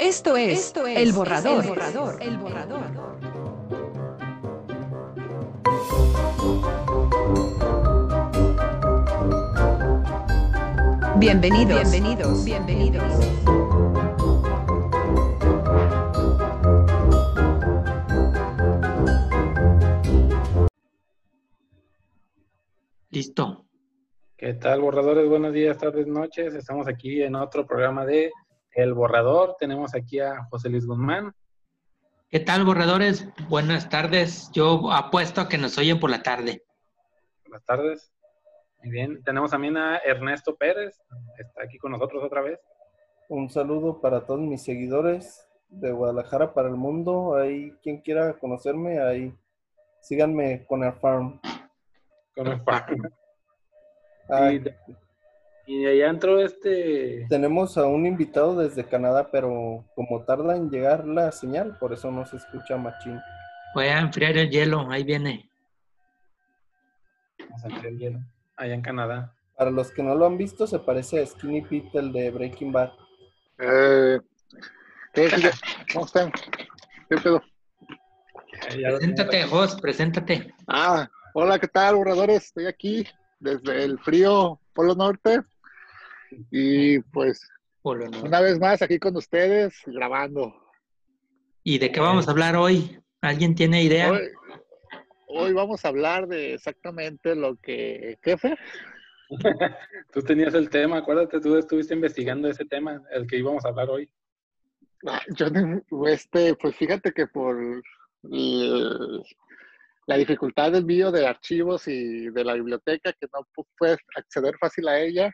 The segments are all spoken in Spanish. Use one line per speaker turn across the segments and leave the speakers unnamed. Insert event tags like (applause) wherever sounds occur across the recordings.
Esto es,
Esto es
el, borrador.
El borrador.
El borrador. Bienvenidos. Bienvenidos. Bienvenidos.
Listo.
¿Qué tal, borradores? Buenos días, tardes, noches. Estamos aquí en otro programa de El Borrador. Tenemos aquí a José Luis Guzmán.
¿Qué tal, borradores? Buenas tardes. Yo apuesto a que nos oyen por la tarde.
Buenas tardes. Muy bien. Tenemos también a Ernesto Pérez. Está aquí con nosotros otra vez.
Un saludo para todos mis seguidores de Guadalajara para el mundo. Ahí quien quiera conocerme, ahí síganme con el farm.
Con el Juan.
Ay,
Y de- Y de allá entró este.
tenemos a un invitado desde Canadá, pero como tarda en llegar la señal, por eso no se escucha machín.
Voy a enfriar el hielo, ahí viene.
Vamos a entrar el hielo. Allá en Canadá.
Para los que no lo han visto, se parece a Skinny Pete, el de Breaking Bad.
Eh, ¿qué, qué, ¿Cómo están? ¿Qué pedo?
Allá lo tenemos
Preséntate, Jos, preséntate.
Ah, hola, ¿qué tal, borradores? Estoy aquí desde el frío Polo Norte y pues
Polo Norte.
una vez más aquí con ustedes grabando.
¿Y de qué vamos a hablar hoy? ¿Alguien tiene idea?
Hoy, hoy vamos a hablar de exactamente lo que... ¿Qué fue?
aquí. Tú tenías el tema, acuérdate, tú estuviste investigando ese tema, el que íbamos a hablar hoy.
Ah, Yo, no- este, pues fíjate que por l- la dificultad del envío de archivos y de la biblioteca, que no pu- puedes acceder fácil a ella,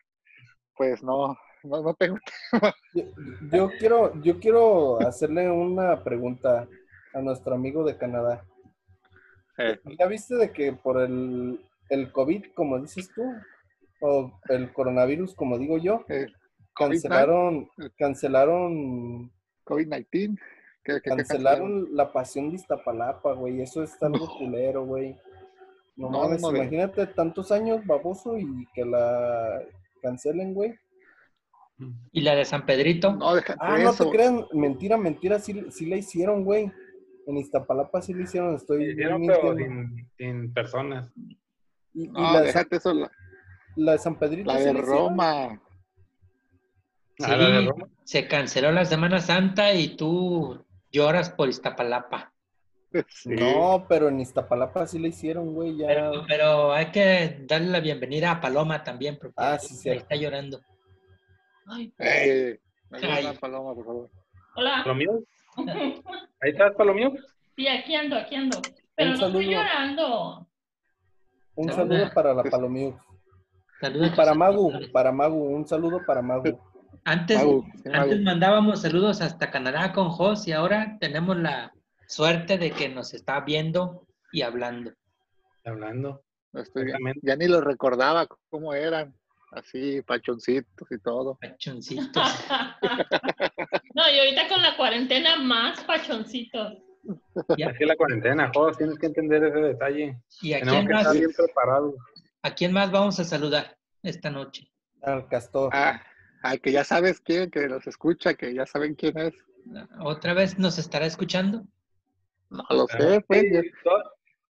pues no, no, no tengo.
Yo, yo quiero, yo quiero hacerle una pregunta a nuestro amigo de Canadá.
Eh,
¿Ya viste de que por el, el COVID, como dices tú, o el coronavirus, como digo yo,
eh,
cancelaron, cancelaron,
COVID-19. que- que- que
cancelaron la pasión de Iztapalapa, güey. Eso es algo culero, güey. No,
No,
mames,
no, güey.
imagínate tantos años baboso y que la cancelen, güey.
¿Y la de San Pedrito?
No, deja
Ah,
tú
no
eso.
te crean, mentira, mentira, sí, sí la hicieron, güey. En Iztapalapa sí la hicieron, estoy
Hicieron, pero
mintiendo.
sin, sin personas.
Y, y
No,
la, de San-
déjate eso. La,
la de San Pedrito
la
sí
de
la hicieron.
Roma.
Ah, la de
Sí,
Roma.
se canceló la Semana Santa y tú lloras por Iztapalapa.
Sí.
No, pero en Iztapalapa sí la hicieron, güey, ya.
Pero, pero hay que darle la bienvenida a Paloma también, porque
Ah, sí,
ahí
cierto.
está llorando. Ay,
Eh, me dio
Ay.
una paloma, por favor.
Hola,
(laughs)
¿Palomino? Ahí estás, Palomino.
sí, aquí ando, aquí ando. Pero
Un
no estoy
saludo.
llorando. (laughs)
Un
Ah.
saludo para la Palomiu.
saludos.
Para Magu, para Magu, un saludo para Magu.
Antes,
Magu, sí,
Antes
Magu.
mandábamos saludos hasta Canadá con Jos y ahora tenemos la suerte de que nos está viendo y hablando.
Hablando.
Estoy bien.
Exactamente.
este, Ya ni lo recordaba cómo eran. Así, pachoncitos y todo.
Pachoncitos.
(laughs)
no, y ahorita con la cuarentena más pachoncitos.
Es que la cuarentena, joder, tienes que entender ese detalle.
¿Y a
Tenemos
quién,
que
más,
estar bien preparados.
a quién más vamos a saludar esta noche?
Al castor.
Ah, ah, que ya sabes quién, que los escucha, que ya saben quién es.
¿Otra vez nos estará escuchando?
No lo
Claro.
sé, pues. yo-
Ah,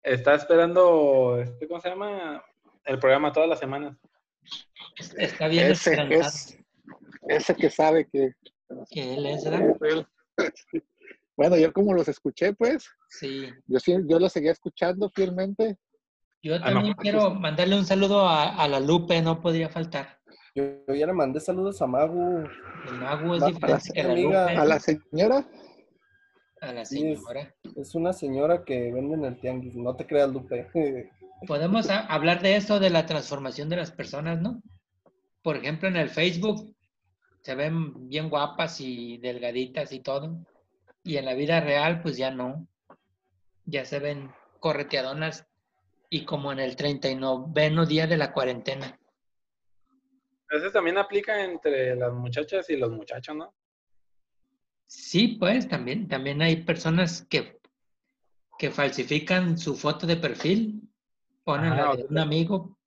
Está esperando, este, ¿cómo se llama? El programa todas las semanas.
Está bien
Ese
esperanzado
es. Ese que sabe que.
que él es, ¿verdad?
(laughs) Bueno, yo como los escuché, pues,
Sí.
yo, sí- yo los seguía escuchando fielmente.
Yo
no,
también
pues,
quiero mandarle un saludo a, a la Lupe, no podría faltar.
Yo, yo ya le mandé saludos a Magu.
El mago es
Va-
a la
diferente que la
amiga-
Lupe,
A la señora,
a la
Sí, es-
señora.
Es una señora que vende en el tianguis. No te creas, Lupe. (laughs)
Podemos a- hablar de eso, de la transformación de las personas, ¿no? Por ejemplo, en el Facebook se ven bien guapas y delgaditas y todo. Y en la vida real, pues ya no. Ya se ven correteadonas y como en el 39 día de la cuarentena.
Entonces también aplica entre las muchachas y los muchachos, ¿no?
Sí, pues también, también hay personas que, que falsifican su foto de perfil, ponen
Ah,
la
o
de
sea,
un amigo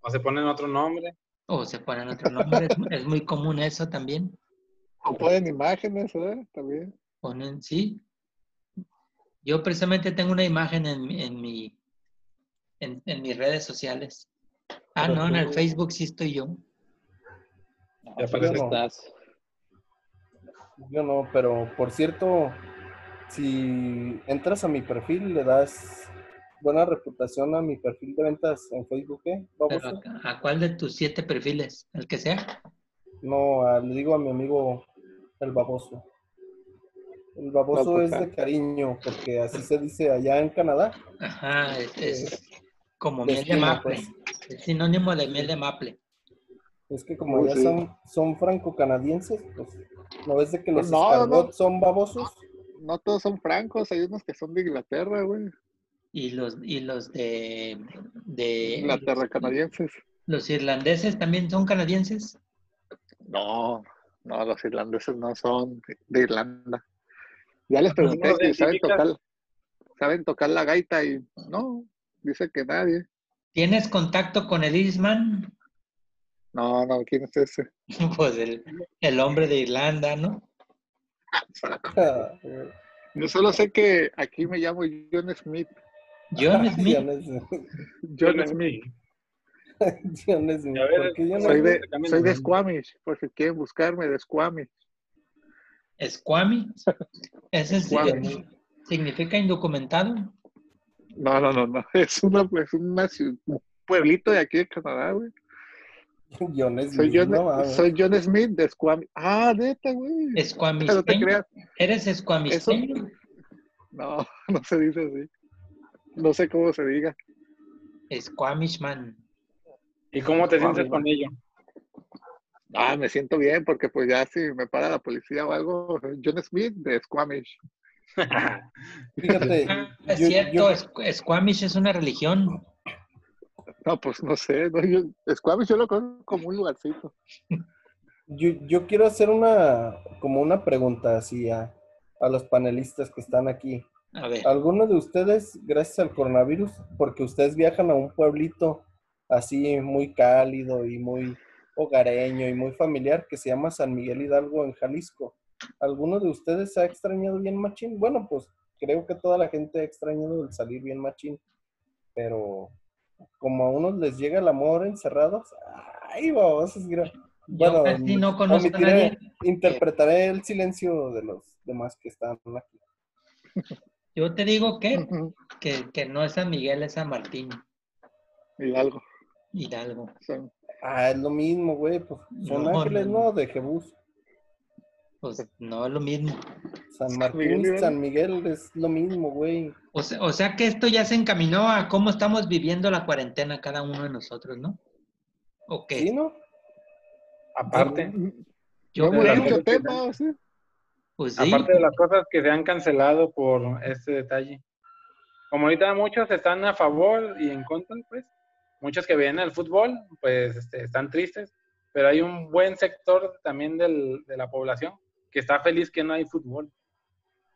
O se ponen otro nombre.
o se ponen otro nombre. Es- es muy común eso también.
O pueden imágenes, ¿eh? También.
Ponen, sí. Yo precisamente tengo una imagen en, mi- en mi en, en mis redes sociales. Ah,
Pero
no, en
tú-
el Facebook sí estoy yo.
Ya
sí,
parece
no.
Estás.
Yo no, pero por cierto, si entras a mi perfil, le das buena reputación a mi perfil de ventas en Facebook, ¿eh? Vamos,
Pero ¿a, a cuál de tus siete perfiles? El que sea.
no, a- le digo a mi amigo el baboso. El baboso
pues,
es
ah.
de cariño, porque así se dice allá en Canadá.
Ajá, es, es como miel de
Destino,
maple.
Eh, pues.
Es sinónimo de miel de maple. pues.
Es que como
Uy,
ya
sí.
son, son franco-canadienses, pues, ¿no ves de que los
No,
escargot
no.
son babosos? (laughs)
No todos son francos, hay unos que son de Inglaterra, güey.
Y los, y los de, de
Inglaterra canadienses.
los irlandeses también son canadienses.
No, no, los irlandeses no son de Irlanda. Ya les
no
pregunté
los
si saben
identificas.
tocar, saben tocar la gaita y no, dice que nadie.
¿Tienes contacto con el Isman?
No, no, ¿quién es ese?
(laughs) Pues el, el hombre de Irlanda, ¿no?
Yo solo sé que aquí me llamo John Smith.
(laughs)
John Smith.
Dion Smith.
John Smith.
Smith.
Dion (laughs) Smith.
A ver,
¿Por qué Dion
Soy
Smith? (laughs)
de, soy de Squamish, por si quieren buscarme de Squamish.
Squammy. Ese es-
Squamish.
eh, significa indocumentado.
No, no, no, (laughs) no. Es una, es una ciu- un pueblito de aquí de Canadá, güey.
John Smith,
Soy John,
no mames.
soy John Smith de Squamish. Ah, neta, güey. (laughs) No te
Squamisteño.
creas.
¿Eres squamisteño?
No, (laughs) no se dice así. No sé cómo se diga.
Squamishman.
¿Y cómo te
Wow.
sientes con ello?
Ah, me siento bien porque pues ya si me para la policía o algo, John Smith de Squamish.
Fíjate,
Ah, (laughs) es
yo-
cierto,
yo-
Squ- Squamish es una religión.
No, pues no sé. no, yo- Squamish yo lo conozco como un lugarcito.
Yo, yo quiero hacer una, como una pregunta así a, a los panelistas que están aquí.
A ver,
¿Alguno de ustedes, gracias al coronavirus, porque ustedes viajan a un pueblito así muy cálido y muy hogareño y muy familiar que se llama San Miguel Hidalgo en Jalisco? ¿Alguno de ustedes ha extrañado bien machín? Bueno, pues creo que toda la gente ha extrañado el salir bien machín, pero como a unos les llega el amor encerrados, ¡ay, vamos!
yo casi no conozco a nadie.
Interpretaré el silencio de los demás que están aquí.
Yo te digo
(laughs)
que,
Ujú,
que, que no es San Miguel, es San Martín,
Hidalgo.
Hidalgo.
son-
Ah, es lo mismo, güey. Pues Son
No,
Ángeles,
no,
no,
no.
de Jebús.
Pues no es lo mismo.
San
San
Martín,
Miguel,
San Miguel es lo mismo, güey.
O sea, o sea que esto ya se encaminó a cómo estamos viviendo la cuarentena cada uno de nosotros, ¿no? ¿O qué?
¿Sí, no?
Aparte,
Yo
No hemos
creo-
dicho tema, ¿o sí?
Pues sí,
aparte de las cosas que se han cancelado por este detalle. Como ahorita muchos están a favor y en contra, pues, muchos que ven el fútbol, pues este, están tristes, pero hay un buen sector también del- de la población que está feliz que no hay fútbol.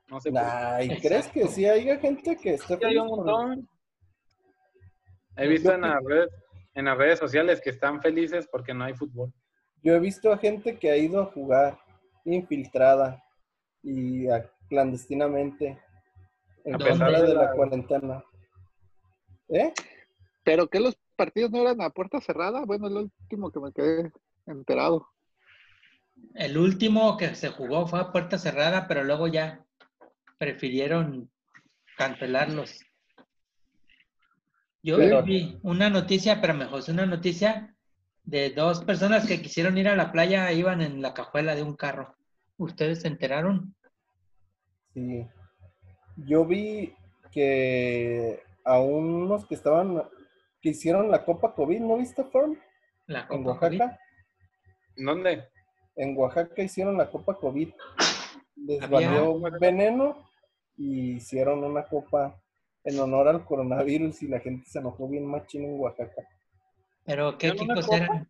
No sé por qué.
Ay,
Exacto.
¿crees que sí hay gente que esté
Sí, hay un
feliz con-
montón. He visto en las redes, en las redes sociales que están felices porque no hay fútbol.
Yo he visto a gente que ha ido a jugar infiltrada y a- clandestinamente en
A
contra
pesar
de
de
la
la-
cuarentena. ¿Eh?
Pero que los partidos no eran a puerta cerrada. Bueno, es lo último que me quedé enterado.
el último que se jugó fue a puerta cerrada, pero luego ya prefirieron cancelarlos. Yo
Pero-
vi una noticia, pero mejor es una noticia de dos personas que quisieron ir a la playa, iban en la cajuela de un carro. ¿Ustedes se enteraron?
Sí. Yo vi que a unos que estaban, que hicieron la Copa COVID, ¿no viste, Form?
La
En
Copa COVID.
Oaxaca.
¿En dónde?
En Oaxaca hicieron la copa COVID. Les
Había-
valió veneno y hicieron una copa en honor al coronavirus y la gente se enojó bien machín en Oaxaca.
Pero ¿qué
¿Era una
equipos
copa?
eran?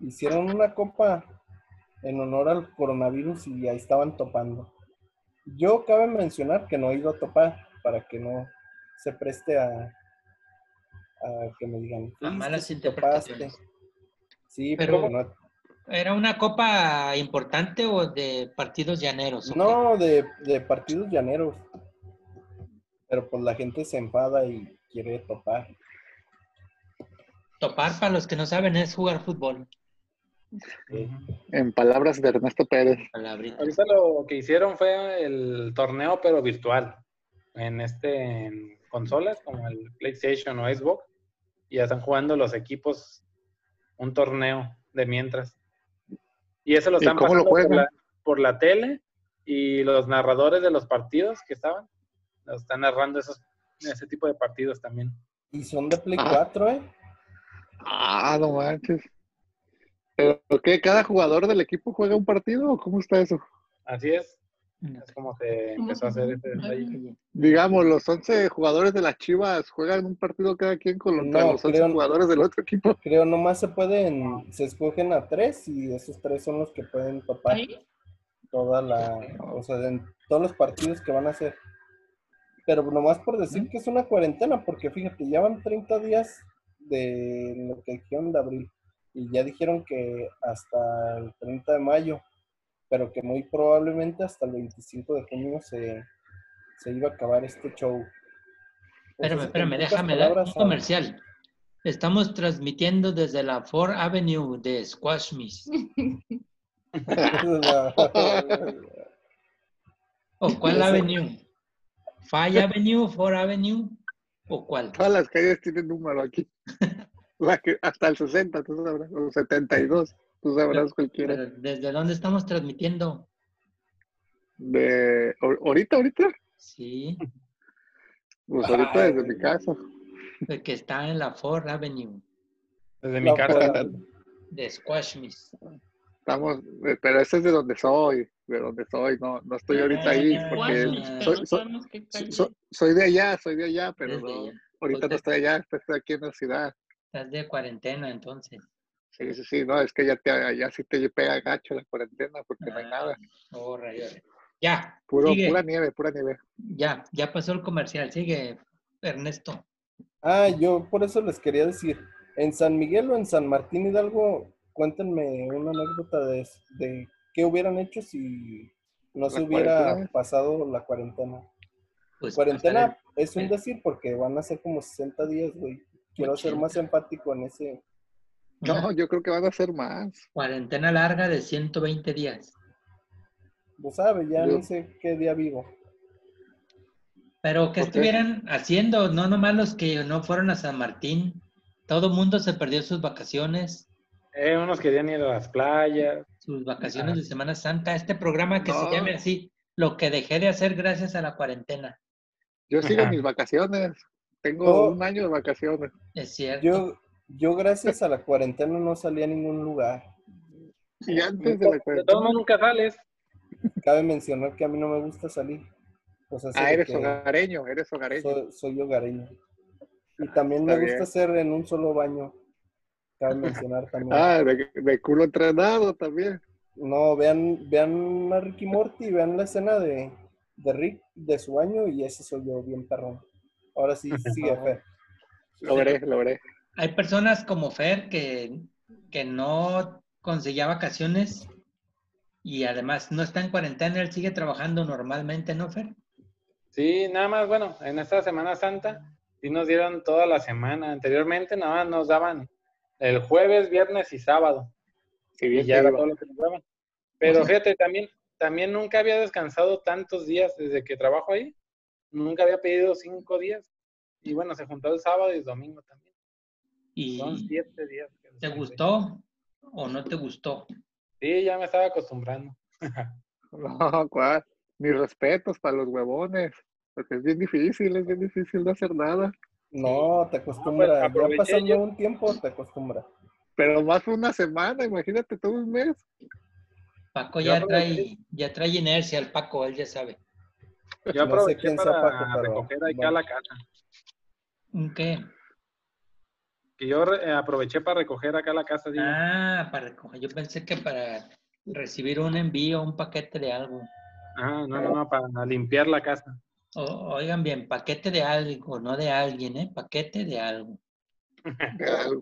Hicieron una copa en honor al coronavirus y ahí estaban topando. Yo cabe mencionar que no he ido a topar para que no se preste a, a que me digan.
A malas
"Fuiste,
interpretaciones".
topaste". Sí,
Pero-
pero no,
¿Era una copa importante o de partidos llaneros? o qué?
No, de, de partidos llaneros. Pero pues la gente se enfada y quiere topar.
Topar, para los que no saben, es jugar fútbol.
En palabras de Ernesto Pérez.
Palabrita.
Ahorita lo que hicieron fue el torneo, pero virtual. En este, en consolas como el PlayStation o Xbox. Y ya están jugando los equipos un torneo de mientras. Y eso lo
¿Y
están
cómo lo
pasando por,
juegan?
la, por la tele. Y los narradores de los partidos que estaban, los están narrando esos, ese tipo de partidos también.
Y son de Play
Ah.
4, ¿eh?
Ah, no manches. ¿Pero qué? ¿Cada jugador del equipo juega un partido o cómo está eso?
Así es. Es como se empezó a hacer este detalle.
Digamos, los 11 jugadores de las Chivas juegan un partido cada quien con los-
No,
los 11
creo-
jugadores del otro equipo. (laughs)
Creo nomás se pueden, se escogen a tres y esos tres son los que pueden topar
Ahí.
toda la, o sea, en todos los partidos que van a hacer. Pero nomás por decir que es una cuarentena, porque fíjate, ya van 30 días de lo que dijeron de abril y ya dijeron que hasta el 30 de mayo, pero que muy probablemente hasta el 25 de junio se, se iba a acabar este show.
Espérame,
Entonces,
espérame,
en pocas
déjame dar un
palabras, (laughs)
comercial. Estamos transmitiendo desde la 4 Avenue de Squashmis.
(laughs)
¿O cuál
Ese-
Avenue? ¿Five Avenue? ¿4 Avenue? ¿O cuál?
Todas las calles tienen número aquí. (laughs) La que- hasta el 60, tú sabrás, o 72, tú sabrás cualquiera.
Pero, ¿Desde dónde estamos transmitiendo?
De, o- ¿Ahorita, ahorita?
Sí,
Pues ahorita desde mi casa.
el que está en la 4 Avenue
Desde mi
No,
casa.
pues,
pero-
de Squashmis.
Estamos, eh, pero ese es de donde soy, de donde soy, no, no estoy ahorita ahí,
Ah,
porque
guau,
Guachos,
soy-
pero no
soy-
sabemos qué
so-
calle.
so- soy de allá, soy de allá, pero
Desde
no,
allá.
ahorita no estoy allá, estoy aquí en la ciudad.
Estás de cuarentena entonces.
Sí, sí, sí, no, es que ya, te, allá sí te pega gacho la cuarentena porque
Ah,
no hay nada.
Oh, rayos. Ya,
Puro,
sigue.
pura nieve, pura
(laughs)
nieve.
ya, ya pasó el comercial. Sigue, Ernesto.
Ah, yo por eso les quería decir, en San Miguel o en San Martín Hidalgo, cuéntenme una anécdota de, es- de qué hubieran hecho si no se
La
hubiera
cuarentena.
pasado la cuarentena.
Pues, pasar
Cuarentena es
eh.
un decir porque van a ser como 60 días, güey. Quiero ser
80.
más enfático en ese.
el- una
No, yo creo que van a ser más.
Cuarentena larga de 120 días.
Lo sabe, ya
Yo-
ni sé qué día vivo.
Pero que
Ok.
estuvieran haciendo, no nomás los que no fueron a San Martín. Todo mundo se perdió sus vacaciones,
Eh, unos querían ir a las playas.
sus vacaciones de Semana Santa. Este programa que
No.
se llame así, lo que dejé de hacer gracias a la cuarentena.
Yo sigo
Ajá.
mis vacaciones, tengo
Yo-
un año de vacaciones.
Es cierto.
Yo, yo gracias a la cuarentena no salí a ningún lugar.
Y antes de la
De todos
cuarentena,
modos, nunca sales.
Cabe mencionar que a mí no me gusta salir. O sea,
ah,
sí,
eres
que-
hogareño, eres hogareño.
Soy, soy hogareño. Y también me
está
gusta
bien.
hacer en un solo baño. Cabe
(laughs)
mencionar también.
Ah, de, de culo entrenado también.
No, vean, vean a Ricky Morty, vean la escena de, de Rick de su baño y ese soy yo bien perrón. Ahora
(laughs)
sí, sigue Fer.
Lo veré, lo veré.
Hay personas como Fer que, que no conseguía vacaciones y además no está en cuarentena, él sigue trabajando normalmente, ¿no, Fer?
Sí, nada más, bueno, en esta Semana Santa sí nos dieron toda la semana. Anteriormente nada más nos daban el jueves, viernes y sábado.
Si
Y
bien
ya
te
era
iba.
todo lo que nos daban. Pero fíjate, también, también nunca había descansado tantos días desde que trabajo ahí. Nunca había pedido cinco días. Y bueno, se juntó el sábado y el domingo también. Son
¿Y
siete días. que
te
descansé.
gustó o no te gustó?
Sí, ya me estaba acostumbrando.
(laughs) No, cuál. Mis respetos para los huevones. Porque es bien difícil, es bien difícil no hacer nada.
No, te
No, pues,
acostumbra. ya
aproveché
pasando
yo.
un tiempo, te acostumbra.
Pero más fue una semana, imagínate todo un mes.
Paco
Yo
ya trae,
aproveché.
ya trae inercia, el Paco, él ya sabe.
Yo
No sé
aproveché
quién sea
para
Paco, pero
recoger acá
bueno.
la casa.
¿Un ¿Qué?
Que yo re- eh, aproveché para recoger acá la casa. digo.
Ah, para recoger. Yo pensé que para recibir un envío, un paquete de algo.
Ah, no, no, no, para limpiar la casa.
O- oigan bien, paquete de algo, no de alguien, ¿eh? Paquete de algo.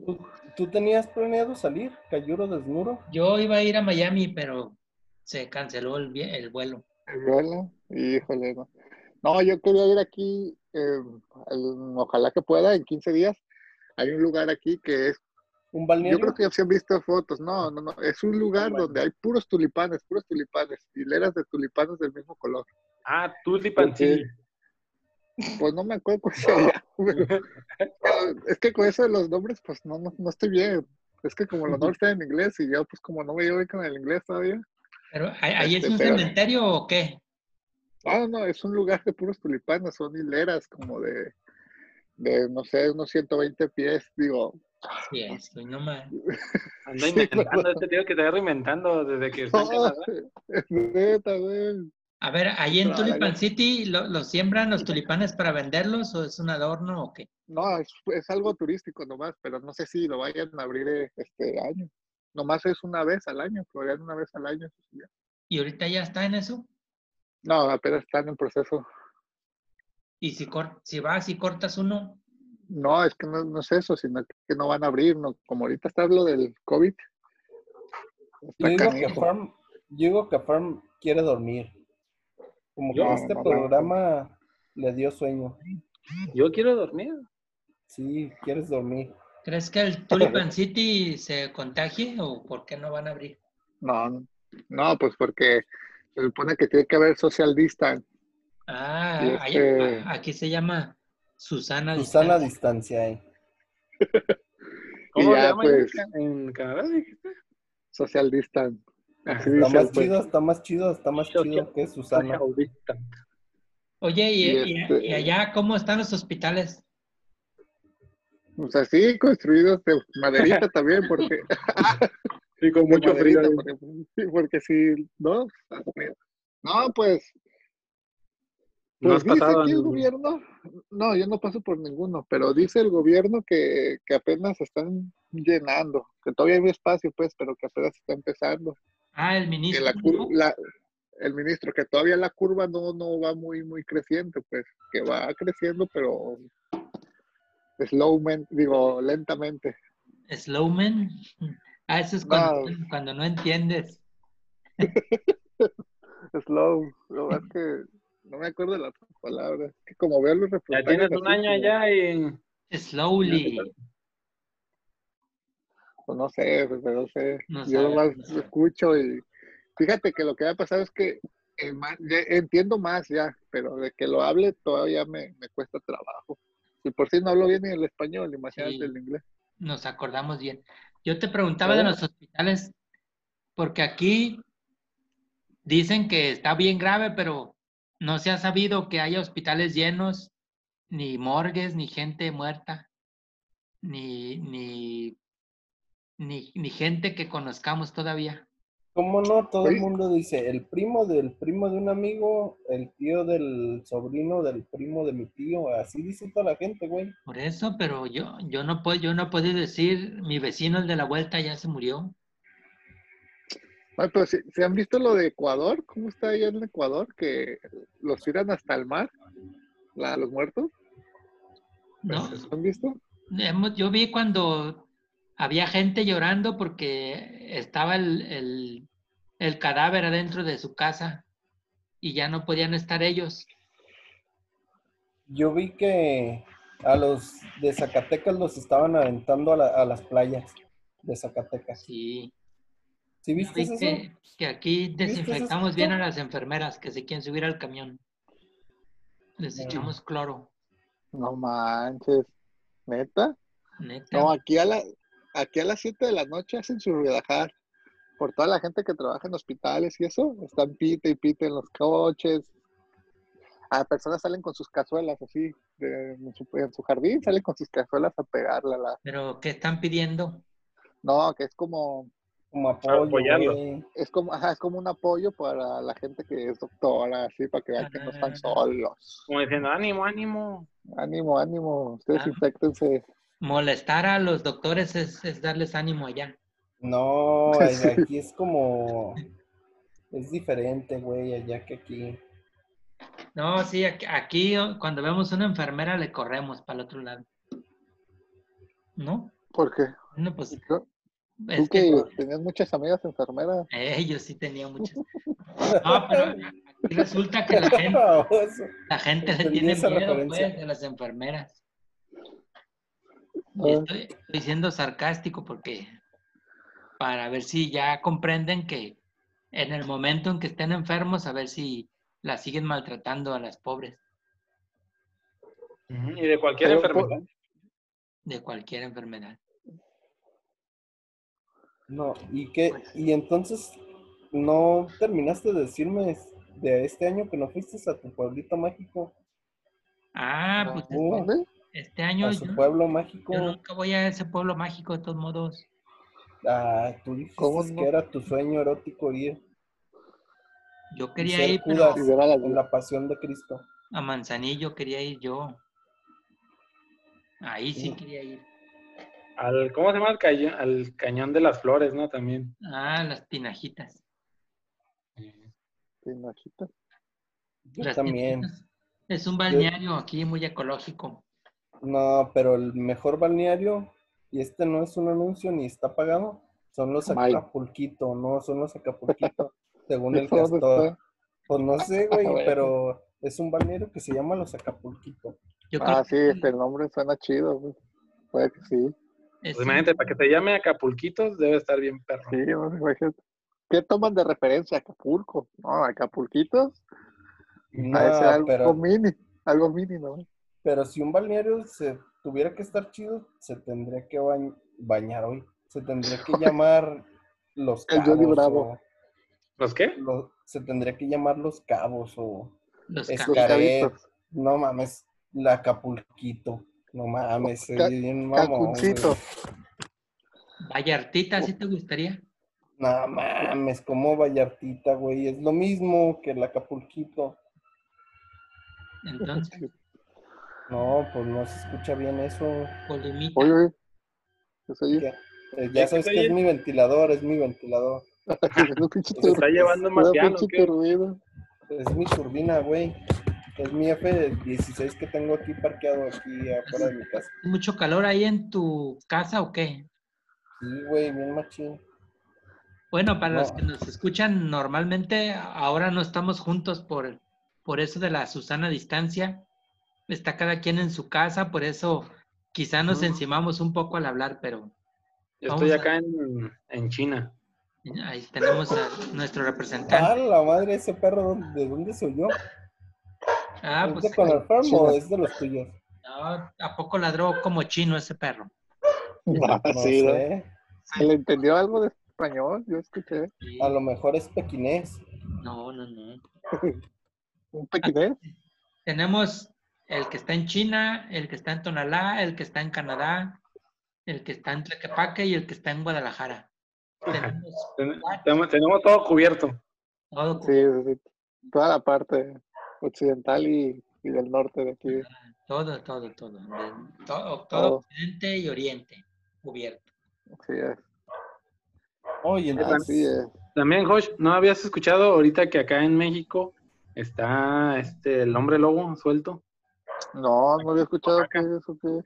¿Tú, tú tenías planeado salir, Cayuro desnudo?
Yo iba a ir a Miami, pero se canceló el, vie- el vuelo.
Viola, híjole. No. No, yo quería ir aquí, eh, al- ojalá que pueda, en 15 días. Hay un lugar aquí que es,
¿Un
yo creo
balneario?
que ya se han visto fotos, no, no, no, es un lugar
Bueno.
donde hay puros tulipanes, puros tulipanes, hileras de tulipanes del mismo color.
Ah, Tulipan, sí.
Pues no me acuerdo cuál sería, pero- pero es que con eso de los nombres, pues no, no, no estoy bien. Es que como los nombres están en inglés y yo, pues como no me llevo bien con el inglés todavía.
Pero, ¿ah- ¿ahí es
Este,
un
pero-
cementerio o qué?
Ah, no, es un lugar de puros tulipanes, son hileras como de, de no sé, unos 120 pies,
(laughs)
digo.
Sí, es, pues, no más.
Anda inventando, este tío que te va reinventando desde que está en Canadá.
(laughs) es neta, güey.
A ver, ahí en
Claro.
Tulipan City, ¿lo, lo siembran los tulipanes para venderlos o es un adorno o qué?
No, es, es algo turístico nomás, pero no sé si lo vayan a abrir eh, este año. Nomás es una vez al año, lo harían una vez al año. eso sí.
¿Y ahorita ya está en eso?
No, apenas están en proceso.
Y si, cor- si vas y cortas uno,
No, es que no, no es eso, sino que no van a abrir, no, como ahorita está lo del COVID.
Yo
Está
digo, que
canijo.
Farm, yo digo que Farm quiere dormir. Como que
No,
este
no, no.
programa le dio sueño.
Yo quiero dormir.
Sí, quieres dormir.
¿crees que el
(laughs)
Tulipan City se contagie o por qué no van a abrir?
No, no, pues porque se supone que tiene que haber social distance.
Ah,
Y
ahí-
este-
a- aquí se llama Susana.
Susana a
Distancia.
distancia. eh.
¿Cómo
Y
se
ya,
llama en-
pues.
en Canadá? dijiste?
Social distance. Así
Está
dicen,
más
pues.
chido, está más chido, está más
Yo
chido que Susana.
Social distance.
Oye, ¿y,
Y
y-
este-
y allá cómo están los hospitales?
O sea, sí, construidos de maderita también, porque
Sí, con
de
mucho frío.
maderita, porque, sí, porque sí, ¿no? No, pues,
No
pues
has
dice
pasado
aquí el
ningún-
gobierno, no, yo no paso por ninguno, pero dice el gobierno que, que apenas están llenando, que todavía hay espacio, pues, pero que apenas está empezando.
Ah, el
que
ministro.
la cur-
¿no?
la- el ministro, que todavía la curva no, no va muy, muy creciente, pues, que va creciendo, pero slowman, digo, lentamente.
Slowman. Ah, eso es cuando,
No.
cuando no entiendes.
Slow, lo más que no me acuerdo las palabras. Que como veo los
Ya
reportajes
tienes un
así
año
como-
allá y
Este,
Slowly.
pues, no sé, pues, no sé.
No
Yo
sabes,
nomás
no sabes.
escucho y fíjate que lo que ha pasado es que eh, ma- ya entiendo más ya, pero de que lo hable todavía me, me cuesta trabajo. Y por si no hablo bien ni el español, imagínate
Sí.
el inglés.
Nos acordamos bien. Yo te preguntaba de
Oh.
los hospitales, porque aquí dicen que está bien grave, pero no se ha sabido que haya hospitales llenos, ni morgues, ni gente muerta, ni, ni, ni, ni gente que conozcamos todavía.
¿Cómo no? Todo el
Oye.
mundo dice, el primo del primo de un amigo, el tío del sobrino del primo de mi tío, así dice toda la gente, güey.
Por eso, pero yo, yo no puedo, yo no puedo decir, mi vecino el de la vuelta ya se murió.
Ay, pero si, si han visto lo de Ecuador, ¿cómo está allá en Ecuador? Que los tiran hasta el mar, la, los muertos.
No,
¿Los han visto?
Hemos- Eh, Yo vi cuando había gente llorando porque estaba el, el- el cadáver adentro de su casa y ya no podían estar ellos.
Yo vi que a los de Zacatecas los estaban aventando a, la- a las playas de Zacatecas.
Sí.
¿Sí viste
Vi
eso?
que, que aquí
eso,
desinfectamos bien a
César?
las enfermeras que se quieren subir al camión. Les
Bueno.
echamos cloro.
No manches, neta.
Neta.
No, aquí a, la, aquí a las 7 de la noche hacen su relajar. Por toda la gente que trabaja en hospitales y eso, están pita y pita en los coches. A personas salen con sus cazuelas así, de- en, su, en su jardín, salen con sus cazuelas a pegarla. la-
Pero ¿qué están pidiendo?
no, que es como
Ah,
Como apoyo,
Apoyarlo.
güey.
es como, ajá, es como un apoyo para la gente que es doctora, así, para que vean que no están
Ah.
solos.
como diciendo, ánimo, ánimo.
Ánimo, ánimo, ustedes
Ah.
infectense.
Molestar a los doctores es, es darles ánimo allá.
No,
(laughs) Sí.
aquí es como... Es diferente, güey, allá que aquí.
No, sí, aquí, aquí cuando vemos una enfermera le corremos para el otro lado. ¿no?
¿Por qué?
No, pues
Tú
es
que
que
tenías muchas amigas enfermeras.
eh, yo sí tenía muchas. No, pero aquí resulta
(laughs)
que la gente,
Baboso.
la gente le
Entendí
tiene
esa
miedo
referencia.
pues, de las enfermeras. Y
Ah.
¿no?
Estoy, estoy siendo sarcástico porque para ver si ya comprenden que en el momento en que estén enfermos, a ver si la siguen maltratando a las pobres
Ujú, Y de
Pero,
cualquier
pues,
enfermedad.
de cualquier enfermedad.
No, ¿y qué? ¿Y entonces no terminaste de decirme de este año que no fuiste a tu pueblito mágico?
Ah, pues
Uh,
¿Dónde?
este año
a
yo,
su
no-
pueblo mágico.
yo nunca voy a ese pueblo mágico de todos modos.
Ah, tú dijiste
¿Cómo no?
que era tu sueño erótico ir
Yo
y
quería
ser
ir, pero
Judas
Y ver a las-
en la pasión de Cristo.
a Manzanillo quería ir yo. Ahí sí
Mm.
quería ir.
Al, ¿Cómo se llama? Al cañón, al cañón de las flores, ¿no? También.
Ah, las pinajitas.
Sí, Nachita.
Yo
Las
también.
Pinajitas. Es un balneario aquí muy ecológico.
No, pero el mejor balneario, y este no es un anuncio ni está pagado, son los
May.
Acapulquito, no, son los Acapulquito,
(laughs)
según el
¿Eso dónde
castor.
está?
Pues no sé, güey,
(laughs) Bueno.
pero es un balneario que se llama los Acapulquito.
Yo creo
Ah, sí,
que
este, el nombre suena chido. güey. Puede que sí.
es
Pues
un-
imagínate, para que te llame Acapulquitos, debe estar bien perro.
Sí, no sé, imagínate. ¿Qué toman de referencia? Acapulco. No, Acapulquitos.
No,
A ese algo
pero,
mini. Algo ¿eh? mini, ¿no?
pero si un balneario se tuviera que estar chido, se tendría que bañ- bañar hoy. Se tendría
(laughs)
que llamar los
El
cabos.
Johnny Bravo.
o
¿Los qué?
lo- se tendría que llamar los cabos o
los
es
ca-
Los
Caret.
chavitos.
No mames, la Acapulquito. No mames, se
Ca-
oye bien mamón, güey.
Cacuncito.
Vallartita, ¿sí te gustaría?
No mames, como Vallartita, güey. Es lo mismo que el Acapulquito. (laughs)
Entonces,
No, pues no se escucha bien eso.
polimita.
Oye, oye. ¿Qué soy (laughs) yo?
Ya, eh, ya
¿Es que
sabes
se
que es
oye?
mi ventilador, es mi ventilador.
Un pinche
¿Se está
tur-
llevando
una
más piano?
Pues, pinche turbina.
Es mi turbina, güey. Es mi F-16 que tengo aquí parqueado aquí afuera de mi casa.
¿Mucho calor ahí en tu casa o qué?
Sí, güey, bien machín.
Bueno, para los
No.
que nos escuchan, normalmente ahora no estamos juntos por, por eso de la Susana distancia. Está cada quien en su casa, por eso quizá nos
Ujú.
encimamos un poco al hablar, pero
Yo estoy
Vamos a-
acá en, en China.
ahí tenemos a nuestro
Ah,
representante.
la madre, ese perro, ¿dónde- ¿de dónde se oyó?
Ah,
¿Es
pues
de con el farm o
China.
es de los tuyos?
no, ¿a poco ladró como chino ese perro?
No,
No
Ah, sí, ¿no?
sé.
¿Se le entendió algo de español? Yo escuché
Sí.
A lo mejor es pequinés.
No, no, no.
un pequinés.
Tenemos el que está en China, el que está en Tonalá, el que está en Canadá, el que está en Tlaquepaque y el que está en Guadalajara. Tenemos
Ten- Tenemos, tenemos todo cubierto.
todo.
Sí, sí, sí. toda la parte occidental y, y del norte de aquí.
Todo, todo, todo. De- todo, todo
Todo.
Occidente y Oriente cubierto.
Así es.
Oye,
Así eh.
entonces,
es.
También, Josh, ¿no habías escuchado ahorita que acá en México está este el hombre lobo suelto?
No, no había escuchado que eso que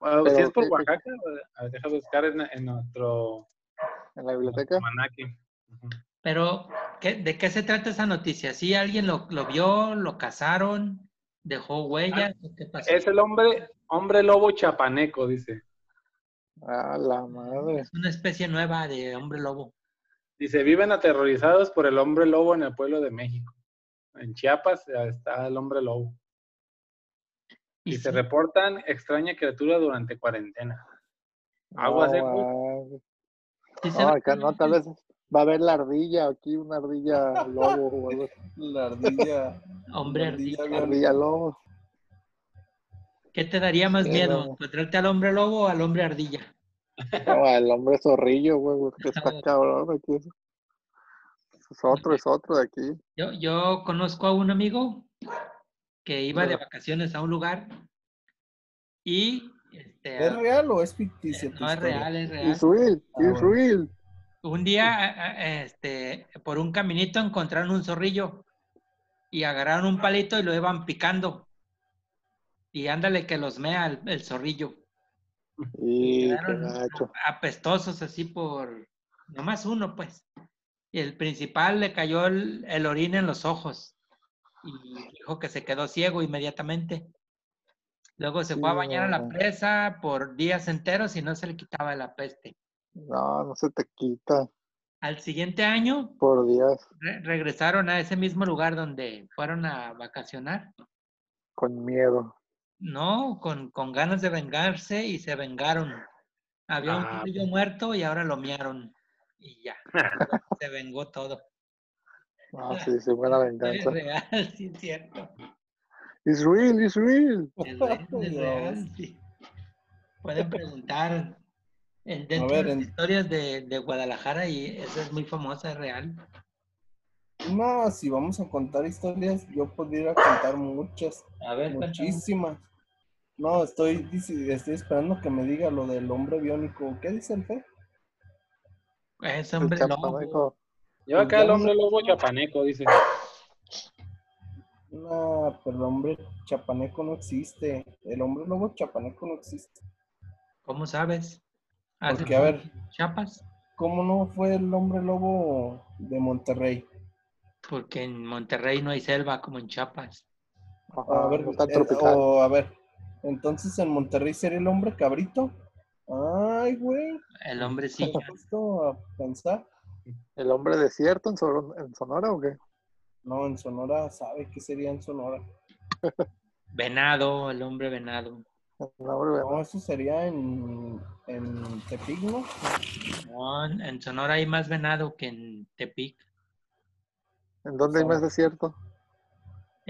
Ah,
Pero,
si es por
¿qué- qué-
Oaxaca, a ver, deja buscar en, en nuestro
en la biblioteca.
almanaque. Ujú.
Pero, ¿qué- ¿de qué se trata esa noticia? ¿Sí alguien lo, lo vio, lo cazaron, dejó huellas? ¿O ¿Qué pasó?
Es el hombre, hombre lobo chapaneco, dice.
Ah, la madre.
Es una especie nueva de hombre lobo.
Dice, viven aterrorizados por el hombre lobo en el pueblo de México. En Chiapas eh, está el hombre lobo. Y
sí,
se reportan extraña criatura durante cuarentena. Aguas, eh,
ah,
pues.
madre.
sí se
ah, No,
ve-
acá no, tal vez va a haber la ardilla aquí, una ardilla lobo o algo así.
la ardilla.
(laughs) Hombre
la ardilla,
ardilla.
Ardilla lobo.
¿Qué te daría más
Sí,
miedo?
no.
¿Encontrarte al hombre lobo o al hombre ardilla?
No, el hombre zorrillo, güey, que está cabrón aquí. Eso es otro, es otro de aquí.
Yo, yo conozco a un amigo que iba de
Ajá.
vacaciones a un lugar y este,
¿Es real o es ficticio? tu
no es
historia?
real, es real.
It's real,
Ah,
it's
bueno.
real.
Un día, a- a- este, por un caminito encontraron un zorrillo y agarraron un palito y lo iban picando. Y ándale que los mea el, el zorrillo.
Y pues, qué
Quedaron
gacho.
apestosos así por nomás uno, pues. Y el principal le cayó el, el orín en los ojos y dijo que se quedó ciego inmediatamente. Luego se fue a bañar a la
No.
presa por días enteros y no se le quitaba la peste.
No, no se te quita
Al siguiente año
por días
re- regresaron a ese mismo lugar donde fueron a vacacionar,
con miedo.
¿no? Con, con ganas de vengarse y se vengaron. Había un
Ah,
pues.
niño muerto y ahora lo miaron. Y ya,
(laughs)
se vengó todo.
Ah,
(laughs)
sí, sí, buena
Es
venganza.
real, (laughs) sí, es cierto.
It's real, it's real.
(laughs)
Es real, es
Oh, Dios.
real, sí. Pueden preguntar en- dentro
ver,
de las
en-
historias de, de Guadalajara y esa es muy famosa, es real.
No, si vamos a contar historias, yo podría contar muchas,
A ver,
muchísimas. No, estoy, dici- estoy esperando que me diga lo del hombre biónico. ¿Qué dice el fe?
Es
El
hombre lobo.
chapaneco.
Yo acá el hombre lobo chapaneco, dice.
No, pero el hombre chapaneco no existe. El hombre lobo chapaneco no existe.
¿Cómo sabes? ¿Has
Porque, a ver,
Chapas,
¿cómo no fue el hombre lobo de Monterrey?
porque en Monterrey no hay selva como en Chiapas.
Ajá,
A ver,
no tan
eh,
tropical.
o, a ver, entonces en Monterrey sería el hombre cabrito. Ay, güey,
El hombre
me he
(laughs)
sí.
puesto a pensar.
¿El hombre desierto en, Sor- en Sonora o qué?
No, en Sonora, ¿sabe qué sería en Sonora?
Venado, el hombre venado.
El hombre
No, eso sería en, en Tepic, ¿no? (laughs)
No, en en Sonora hay más venado que en Tepic.
¿En dónde hay más desierto? (laughs)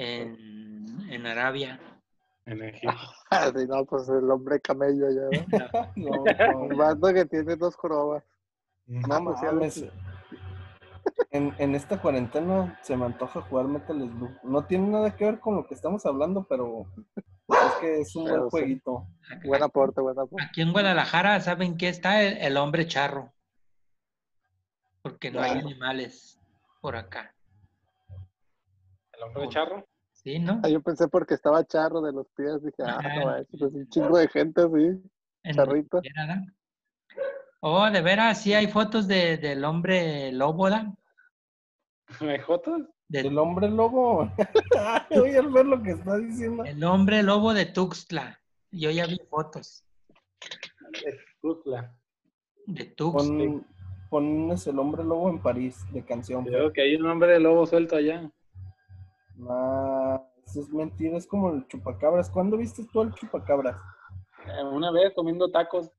En, en Arabia.
En Egipto.
Ah, sí, no, pues el hombre camello allá,
(laughs)
¿no?
No,
Un
no,
vato que tiene dos jorobas.
no
pues, ya
mames. En, en esta cuarentena se me antoja jugar Metal Slug. No tiene nada que ver con lo que estamos hablando, pero es que es un
Pero sí.
buen jueguito.
Buen aporte, buen aporte.
Aquí en Guadalajara, ¿saben qué está? El, el hombre charro. Porque no hay
Claro.
animales por acá.
El hombre (laughs) charro.
¿Sí, no?
Ah, yo pensé porque estaba charro de los pies, dije, ah,
Ajá.
no, manches, pues un chingo de gente así,
En
charrito.
Guadalajara. Oh, de veras, sí hay fotos de, del hombre lóboda.
¿Me jotas?
De,
El hombre lobo. (laughs) Voy a ver lo que está diciendo.
el hombre lobo de Tuxtla. Yo ya vi fotos
Tuzla.
de Tuxtla.
(laughs)
Pon, pones el hombre lobo en París de canción.
Creo que hay un hombre de lobo suelto allá.
Nah, eso es mentira, es como el chupacabras. ¿Cuándo viste tú al chupacabras?
Eh, Una vez comiendo tacos.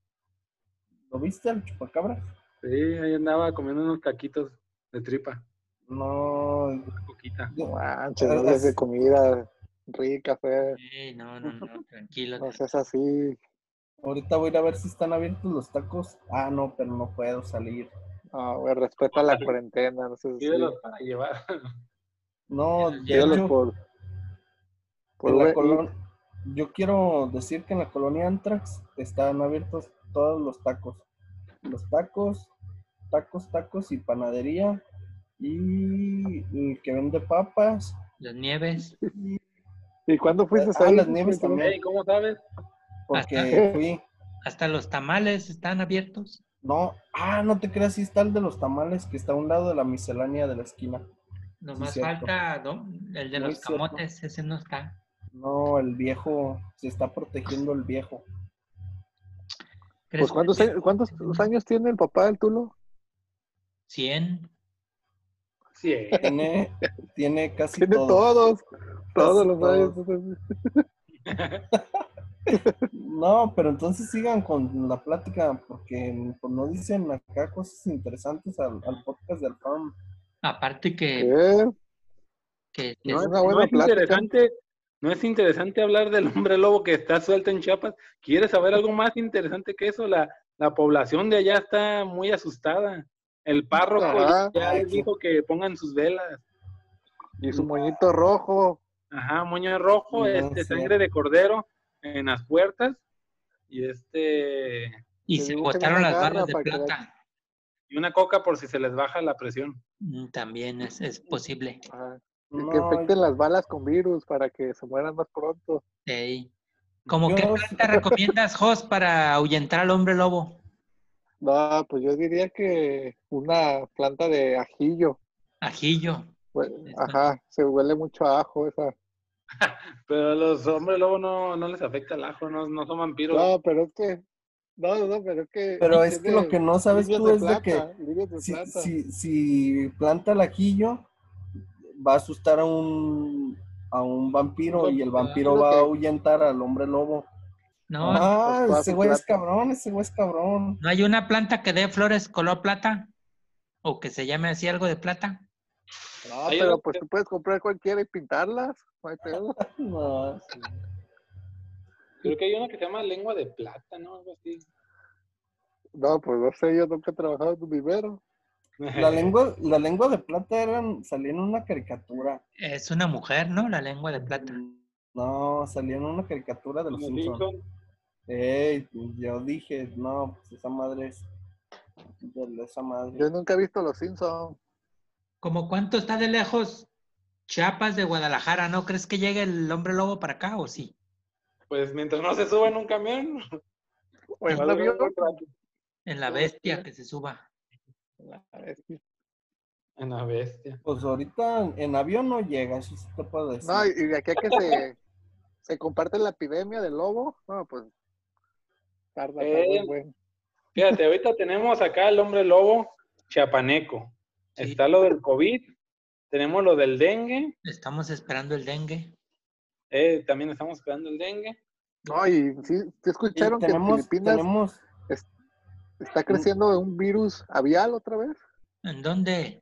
¿Lo viste al chupacabras?
Sí, ahí andaba comiendo unos taquitos de tripa.
No.
Una coquita.
No Manches, no hables de comida rica, fe.
Ey, no, no, no, tranquilo.
No seas así.
Ahorita voy a ir a ver si están abiertos los tacos. Ah, no, pero no puedo salir.
No, güey, respeta la cuarentena, no seas así.
Pídelos para llevar.
No,
Ya,
de
ya
Pídelos
hecho,
por, por
en la
Uber
colon-
Eats.
yo quiero decir que en la colonia Antrax están abiertos todos los tacos. Los tacos, tacos, tacos y panadería. Y el que vende papas.
Las nieves.
¿Y cuándo fuiste
Ah,
ahí?
las nieves también.
Ey, ¿Cómo sabes?
Porque
Ajá.
fui.
Hasta los tamales están abiertos.
No, ah, no te creas, sí está el de los tamales que está a un lado de la miscelánea de la esquina.
Nomás
cierto.
falta ¿no? el de
Muy
los
cierto.
camotes, ese no está.
Pues,
No, el viejo, se está protegiendo el viejo.
Pues,
¿Crees
¿cuántos,
que-
años- ¿Cuántos años tiene el papá del Tulo?
100.
Sí. eh.
Tiene, tiene casi
Tiene
todo.
todos, todos los años.
No, pero entonces sigan con la plática, porque pues, no dicen acá cosas interesantes al, al podcast del farm.
Aparte que,
¿Qué?
que- que
No,
es-
es una buena
es
plática.
interesante, no es interesante hablar del hombre lobo que está suelto en Chiapas. ¿Quieres saber algo más interesante que eso? La, la población de allá está muy asustada. El párroco
Ajá.
ya
Ay,
les
qué-
dijo que pongan sus velas.
Y su moñito rojo.
Ajá, moño rojo,
No,
este,
sí.
sangre de cordero en las puertas. Y este
y
te
se
dibujan
botaron
una
las
garra
barras de
para que
plata.
y una coca por si se les baja la presión.
Mm, También es, es posible.
Ajá. Y que
No,
infecten las balas con virus para que se mueran más pronto.
Ey. ¿Cómo qué
Yo-
planta recomiendas, Jos, para ahuyentar al hombre lobo?
No, pues yo diría que una planta de ajillo.
Ajillo.
Hue-
Está.
pues, Ajá, se huele mucho a ajo esa.
Pero a los hombres luego no, no les afecta el ajo, no, no son vampiros.
No, pero es que. No, no, pero es que.
Pero es que lo que no sabes
líneas
tú
de
es de que
planta, líneas de
si,
planta.
si- si planta el ajillo, va a asustar a un, a un vampiro y el vampiro
Creo
va
que-
a ahuyentar al hombre lobo.
No,
Ah,
pues,
ese
fácil,
güey es
plata.
cabrón, ese güey es cabrón.
¿no hay una planta que dé flores color plata? ¿O que se llame así algo de plata?
No,
Hay
pero
algo
pues tú puedes comprar cualquiera y pintarlas. No hay pedo.
No,
Creo que hay una que se llama lengua de plata, ¿no? Algo así.
No, pues no sé, yo nunca he trabajado en un vivero.
(laughs)
(laughs)
La lengua, la lengua de plata eran, salía en una caricatura.
Es una mujer, ¿no? La lengua de plata.
No, salía en una caricatura de los
Los
Simpsons.
Simpson.
Ey, pues, yo dije, no, pues esa madre es de esa madre.
Yo nunca he visto los Simpsons.
¿Cómo cuánto está de lejos Chiapas de Guadalajara? ¿No crees que llegue el hombre lobo para acá o sí?
Pues mientras no se suba en un camión. (laughs)
O
Pues,
en
va a
un
durar
avión.
un buen rato.
En la bestia que se suba.
A ver, sí.
En la bestia.
Pues ahorita en, en avión no llega, eso sí te puedo decir.
No, y y de aquí a que se, se comparte la epidemia del lobo, no, pues tarda, tarda
Eh.
un buen.
Fíjate, ahorita tenemos acá el hombre lobo chiapaneco.
Sí.
Está lo del COVID, tenemos lo del dengue,
Estamos esperando el dengue.
eh, también estamos esperando el dengue.
No, y sí, sí
Y
escucharon que en
tenemos,
Filipinas
tenemos,
está creciendo un virus avial otra vez.
¿En dónde?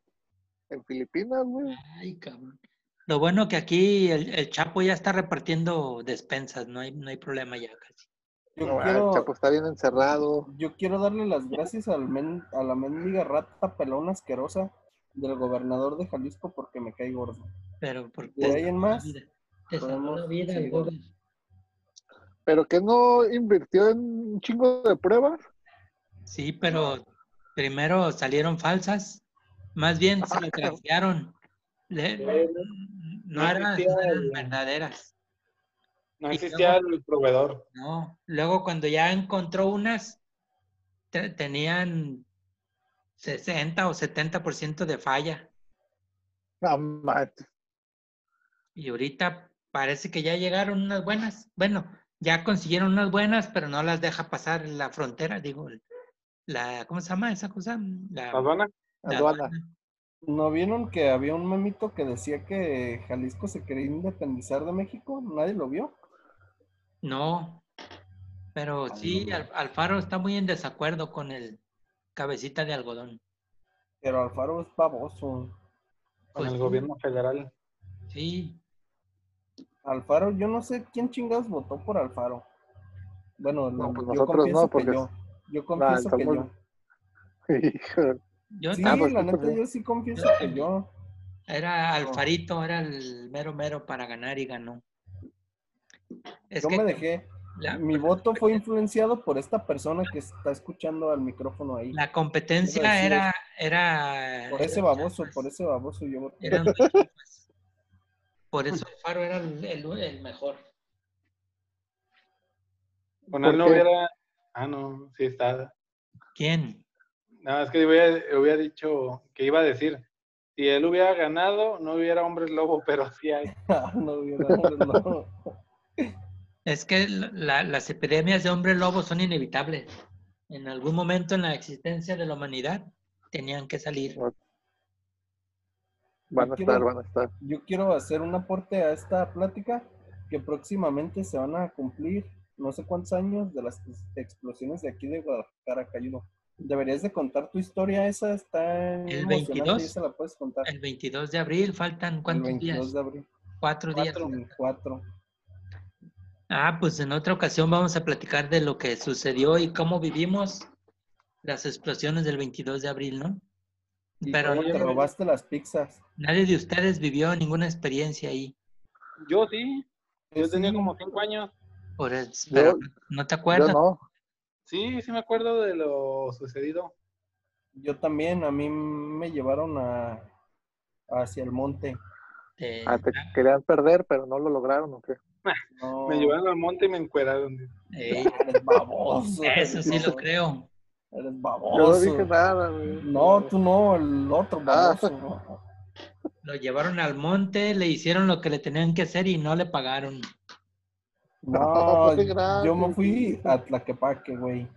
En Filipinas, güey.
Ay, cabrón. Lo bueno que aquí el, el Chapo ya está repartiendo despensas, no hay, no hay problema ya casi.
yo,
No,
quiero,
El Chapo está bien encerrado.
yo quiero darle las gracias al men- a la mendiga rata pelona asquerosa del gobernador de Jalisco porque me cae gordo.
Pero por
¿De ahí en más?
Te salvó la
Podemos
vida, el
seguir.
Gober.
Pero que no invirtió en un chingo de pruebas.
Sí, pero primero salieron falsas. Más bien se lo trajearon.
Bueno,
no,
no
eran-
existía
no eran
el-
verdaderas.
No
Y
existía el proveedor.
No, luego cuando ya encontró unas, te- tenían 60 o 70% de falla.
No manches.
Y ahorita parece que ya llegaron unas buenas. Bueno, ya consiguieron unas buenas, pero no las deja pasar la frontera, digo, el- la, ¿cómo se llama esa cosa? La,
Aduana.
la
Aduana. (laughs)
aduana.
¿No vieron que había un memito que decía que Jalisco se quería independizar de México? ¿Nadie lo vio?
No, pero sí, Al- Alfaro está muy en desacuerdo con el cabecita de algodón.
Pero Alfaro es baboso.
Con
Pues
el
sí.
gobierno federal.
Sí,
Alfaro, yo no sé quién chingados votó por Alfaro. Bueno,
No, pues
yo
nosotros
confieso
no,
que
porque-
yo. Yo confieso que
somos-
yo.
Hijo,
yo
Sí, Ah,
también
pues
la
tú
neta,
también.
yo sí confieso
Yo
que
también.
yo.
era Alfarito, era el mero mero para ganar y ganó. Es
Yo
que
me dejé. (laughs)
la,
Mi voto fue influenciado por esta persona que está escuchando al micrófono ahí.
la competencia
Iba a decir
era, era
Por ese baboso,
pues.
por ese baboso yo voté.
eran los Chiapas. pues, Por eso Alfaro era el, el- el mejor.
Con
¿Por
él no
qué?
hubiera. Ah, no, sí está.
¿Quién?
Nada, es que hubiera, hubiera dicho que iba a decir. Si él hubiera ganado, no hubiera hombres lobo, pero sí hay.
(laughs) Ah, no, hubiera- no.
Es que la- las epidemias de hombre lobo son inevitables. En algún momento en la existencia de la humanidad tenían que salir.
Van
Yo
a
quiero-
estar, van a estar.
Yo quiero hacer un aporte a esta plática que próximamente se van a cumplir no sé cuántos años de las ex- explosiones de aquí de Guadalajara, Cayudo. Deberías de contar tu historia, esa está emocionante
22?
y esa la puedes contar.
El 22 de abril faltan cuántos
el 22
días?
de abril.
Cuatro días.
El 4.
Ah, pues en otra ocasión vamos a platicar de lo que sucedió y cómo vivimos las explosiones del 22 de abril, ¿no?
Y
Pero
cómo te
nadie-
robaste las pizzas.
nadie de ustedes vivió ninguna experiencia ahí.
Yo sí. Yo
Sí.
tenía como cinco años.
Por el-
Yo-
pero no te
Yo
acuerdas.
no.
Sí, sí me acuerdo de lo sucedido.
Yo también, a mí me llevaron a hacia el monte.
te-
Ah, te querían perder, pero no lo lograron, ¿o qué?
No,
Me llevaron al monte y me encueraron. dice.
Ey,
Eres
eh,
baboso.
(laughs) eso sí lo
(laughs)
creo.
Eres
Yo no
baboso.
dije nada, güey.
Oh, No, tú no, el otro
Ah.
baboso. ¿no?
Lo llevaron al monte, le hicieron lo que le tenían que hacer y no le pagaron.
No,
pues, gracias.
yo me fui a Tlaquepaque, güey.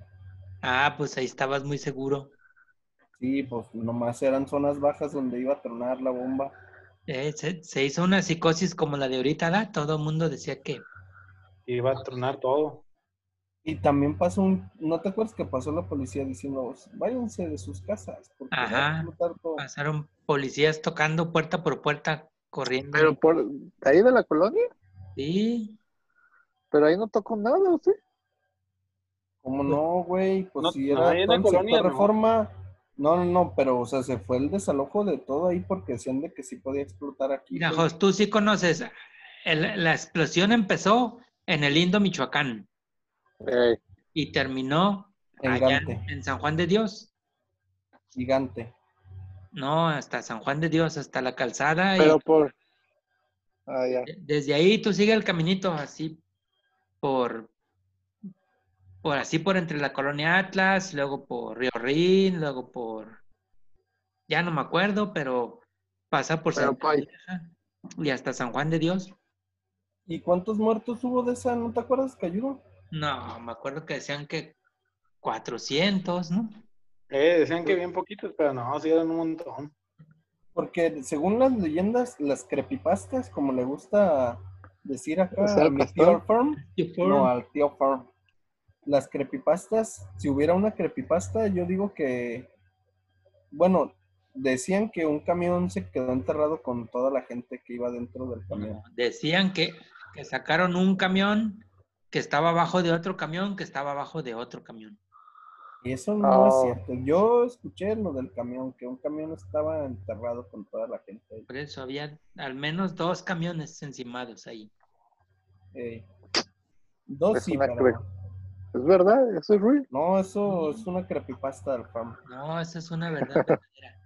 Ah, pues ahí estabas muy seguro.
Sí, pues nomás eran zonas bajas donde iba a tronar la bomba.
Eh, se, se hizo una psicosis como la de ahorita, ¿da? Todo el mundo decía que
Y iba a tronar todo.
Y también pasó un, ¿no te acuerdas que pasó la policía diciendo, váyanse de sus casas? Porque va a
Ajá. Ah,
explotar todo"?
pasaron policías tocando puerta por puerta, corriendo.
Pero por ahí de la colonia,
Sí,
pero ahí no tocó nada, ¿sí?
¿Cómo no, güey? Pues
No,
si
no,
era
ahí en
todo
la
en
colonia,
sector
no.
reforma. No, no, no, pero o sea, se fue el desalojo de todo ahí porque decían de que sí podía explotar aquí.
mira,
güey.
Jos, tú sí conoces. El- la explosión empezó en el Indo Michoacán
Eh,
y terminó
En
allá en,
Gante,
en San Juan de Dios.
gigante.
No, hasta San Juan de Dios, hasta la calzada. y-
pero por. Ah, ya.
Desde ahí tú sigue el caminito así por, por así por entre la colonia Atlas, luego por Río Rin, luego por ya no me acuerdo, pero pasa por
Pero
Santa
pa' ahí.
Vieja y hasta San Juan de Dios.
¿Y cuántos muertos hubo de esa? ¿No te acuerdas, Cayudo?
No, me acuerdo que decían que 400, ¿no?
Eh, decían que bien poquitos, pero no, sí eran un montón.
Porque según las leyendas, las creepypastas, como le gusta decir acá
Es Pues el
a mi
pastor.
tío Firm, no ah, al tío Firm. Las creepypastas, si hubiera una creepypasta, yo digo que, bueno, decían que un camión se quedó enterrado con toda la gente que iba dentro del camión.
Decían que, que sacaron un camión que estaba abajo de otro camión, que estaba abajo de otro camión.
Y eso no
Oh.
es cierto. Yo escuché lo del camión, que un camión estaba enterrado con toda la gente.
Por eso había al menos dos camiones encimados ahí.
Eh, dos
Es
sí,
una
pero
cre- Es verdad, eso es ruido.
no, eso es una creepypasta del fam.
No, esa es una verdad verdadera.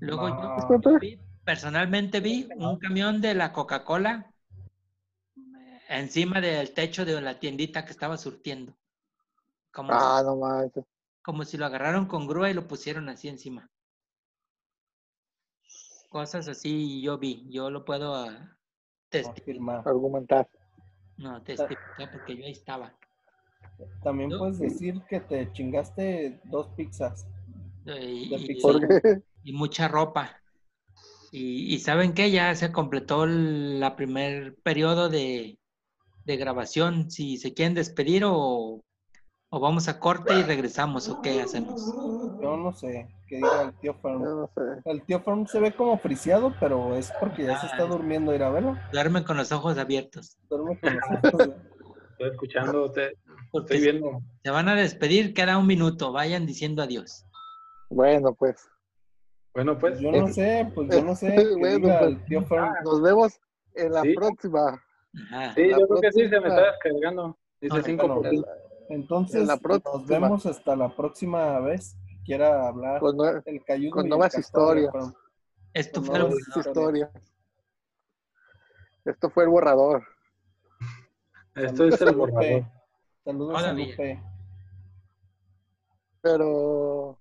Luego yo-
No.
yo, vi- personalmente vi un camión de la Coca-Cola encima del techo de la tiendita que estaba surtiendo. Como,
Ah, no manches.
como si lo agarraron con grúa y lo pusieron así encima. Cosas así yo vi, yo lo puedo ah, testi-
Afirmar.
Argumentar.
no, testificar porque yo ahí estaba.
También
¿No?
puedes decir que te chingaste dos pizzas.
Eh, y-
De
y-
pizza.
¿Por qué?
y mucha ropa. Y, y saben que ya se completó el la primer periodo de, de grabación. Si se quieren despedir o, o vamos a corte y regresamos o qué hacemos.
Yo no sé qué diga el tío
(laughs) Yo
Firm.
no sé.
El tío Firm se ve como friseado, pero es porque ya se
Ah.
está durmiendo. Ir a verlo.
Duermen con los ojos abiertos.
Duerme
(laughs)
con nosotros.
Estoy escuchando, usted,
Porque
estoy viendo.
se van a despedir cada un minuto. Vayan diciendo adiós.
Bueno, pues.
Bueno, pues,
Yo no sé, pues yo no sé qué
eh, Bueno,
diga
pues.
el tío Firm.
Nos vemos en la
Sí.
próxima.
Ajá.
sí,
la
yo creo que sí, se me
próxima.
está descargando. Dice
No,
5
Ah, bueno. Entonces,
En la próxima.
nos vemos hasta la próxima vez que quiera hablar
Con nue-
el cayudo.
con
y el
nuevas
castor, tío
Pues, historias.
Firm.
Esto
No,
fue lo
no,
que-
no.
historias. Esto fue el borrador.
Esto es
Saludos
el
a
borrador.
Lupe. Saludos a
Todavía.
Lupe.
Pero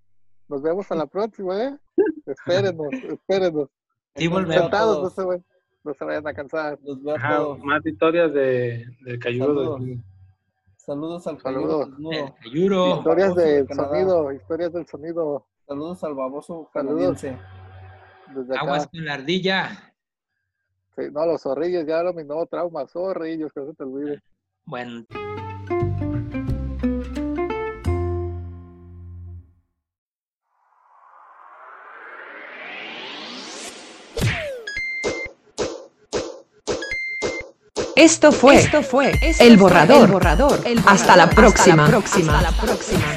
nos vemos a la próxima, ¿eh?
(laughs)
Espérenos, espérenos.
Sí,
Los veo a
volvemos.
Sentados, no
todos.
se, vayan- no se vayan a cansar.
Los veo a
Ajá,
todos.
más historias de, del Cayudo.
Saludos. Saludos al cayudo
Saludos.
desnudo.
El Cayuro.
Historias
Vamos
del
de Canadá.
sonido, historias del sonido
Saludos al baboso
Saludos.
canadiense.
desde acá.
Aguas con la ardilla.
Sí, no, los zorrillos, ya lo mi nuevo trauma, zorrillos, que no se te olvide.
Bueno,
Esto fue,
Esto fue
el borrador.
El borrador.
Hasta la próxima.
Hasta la próxima.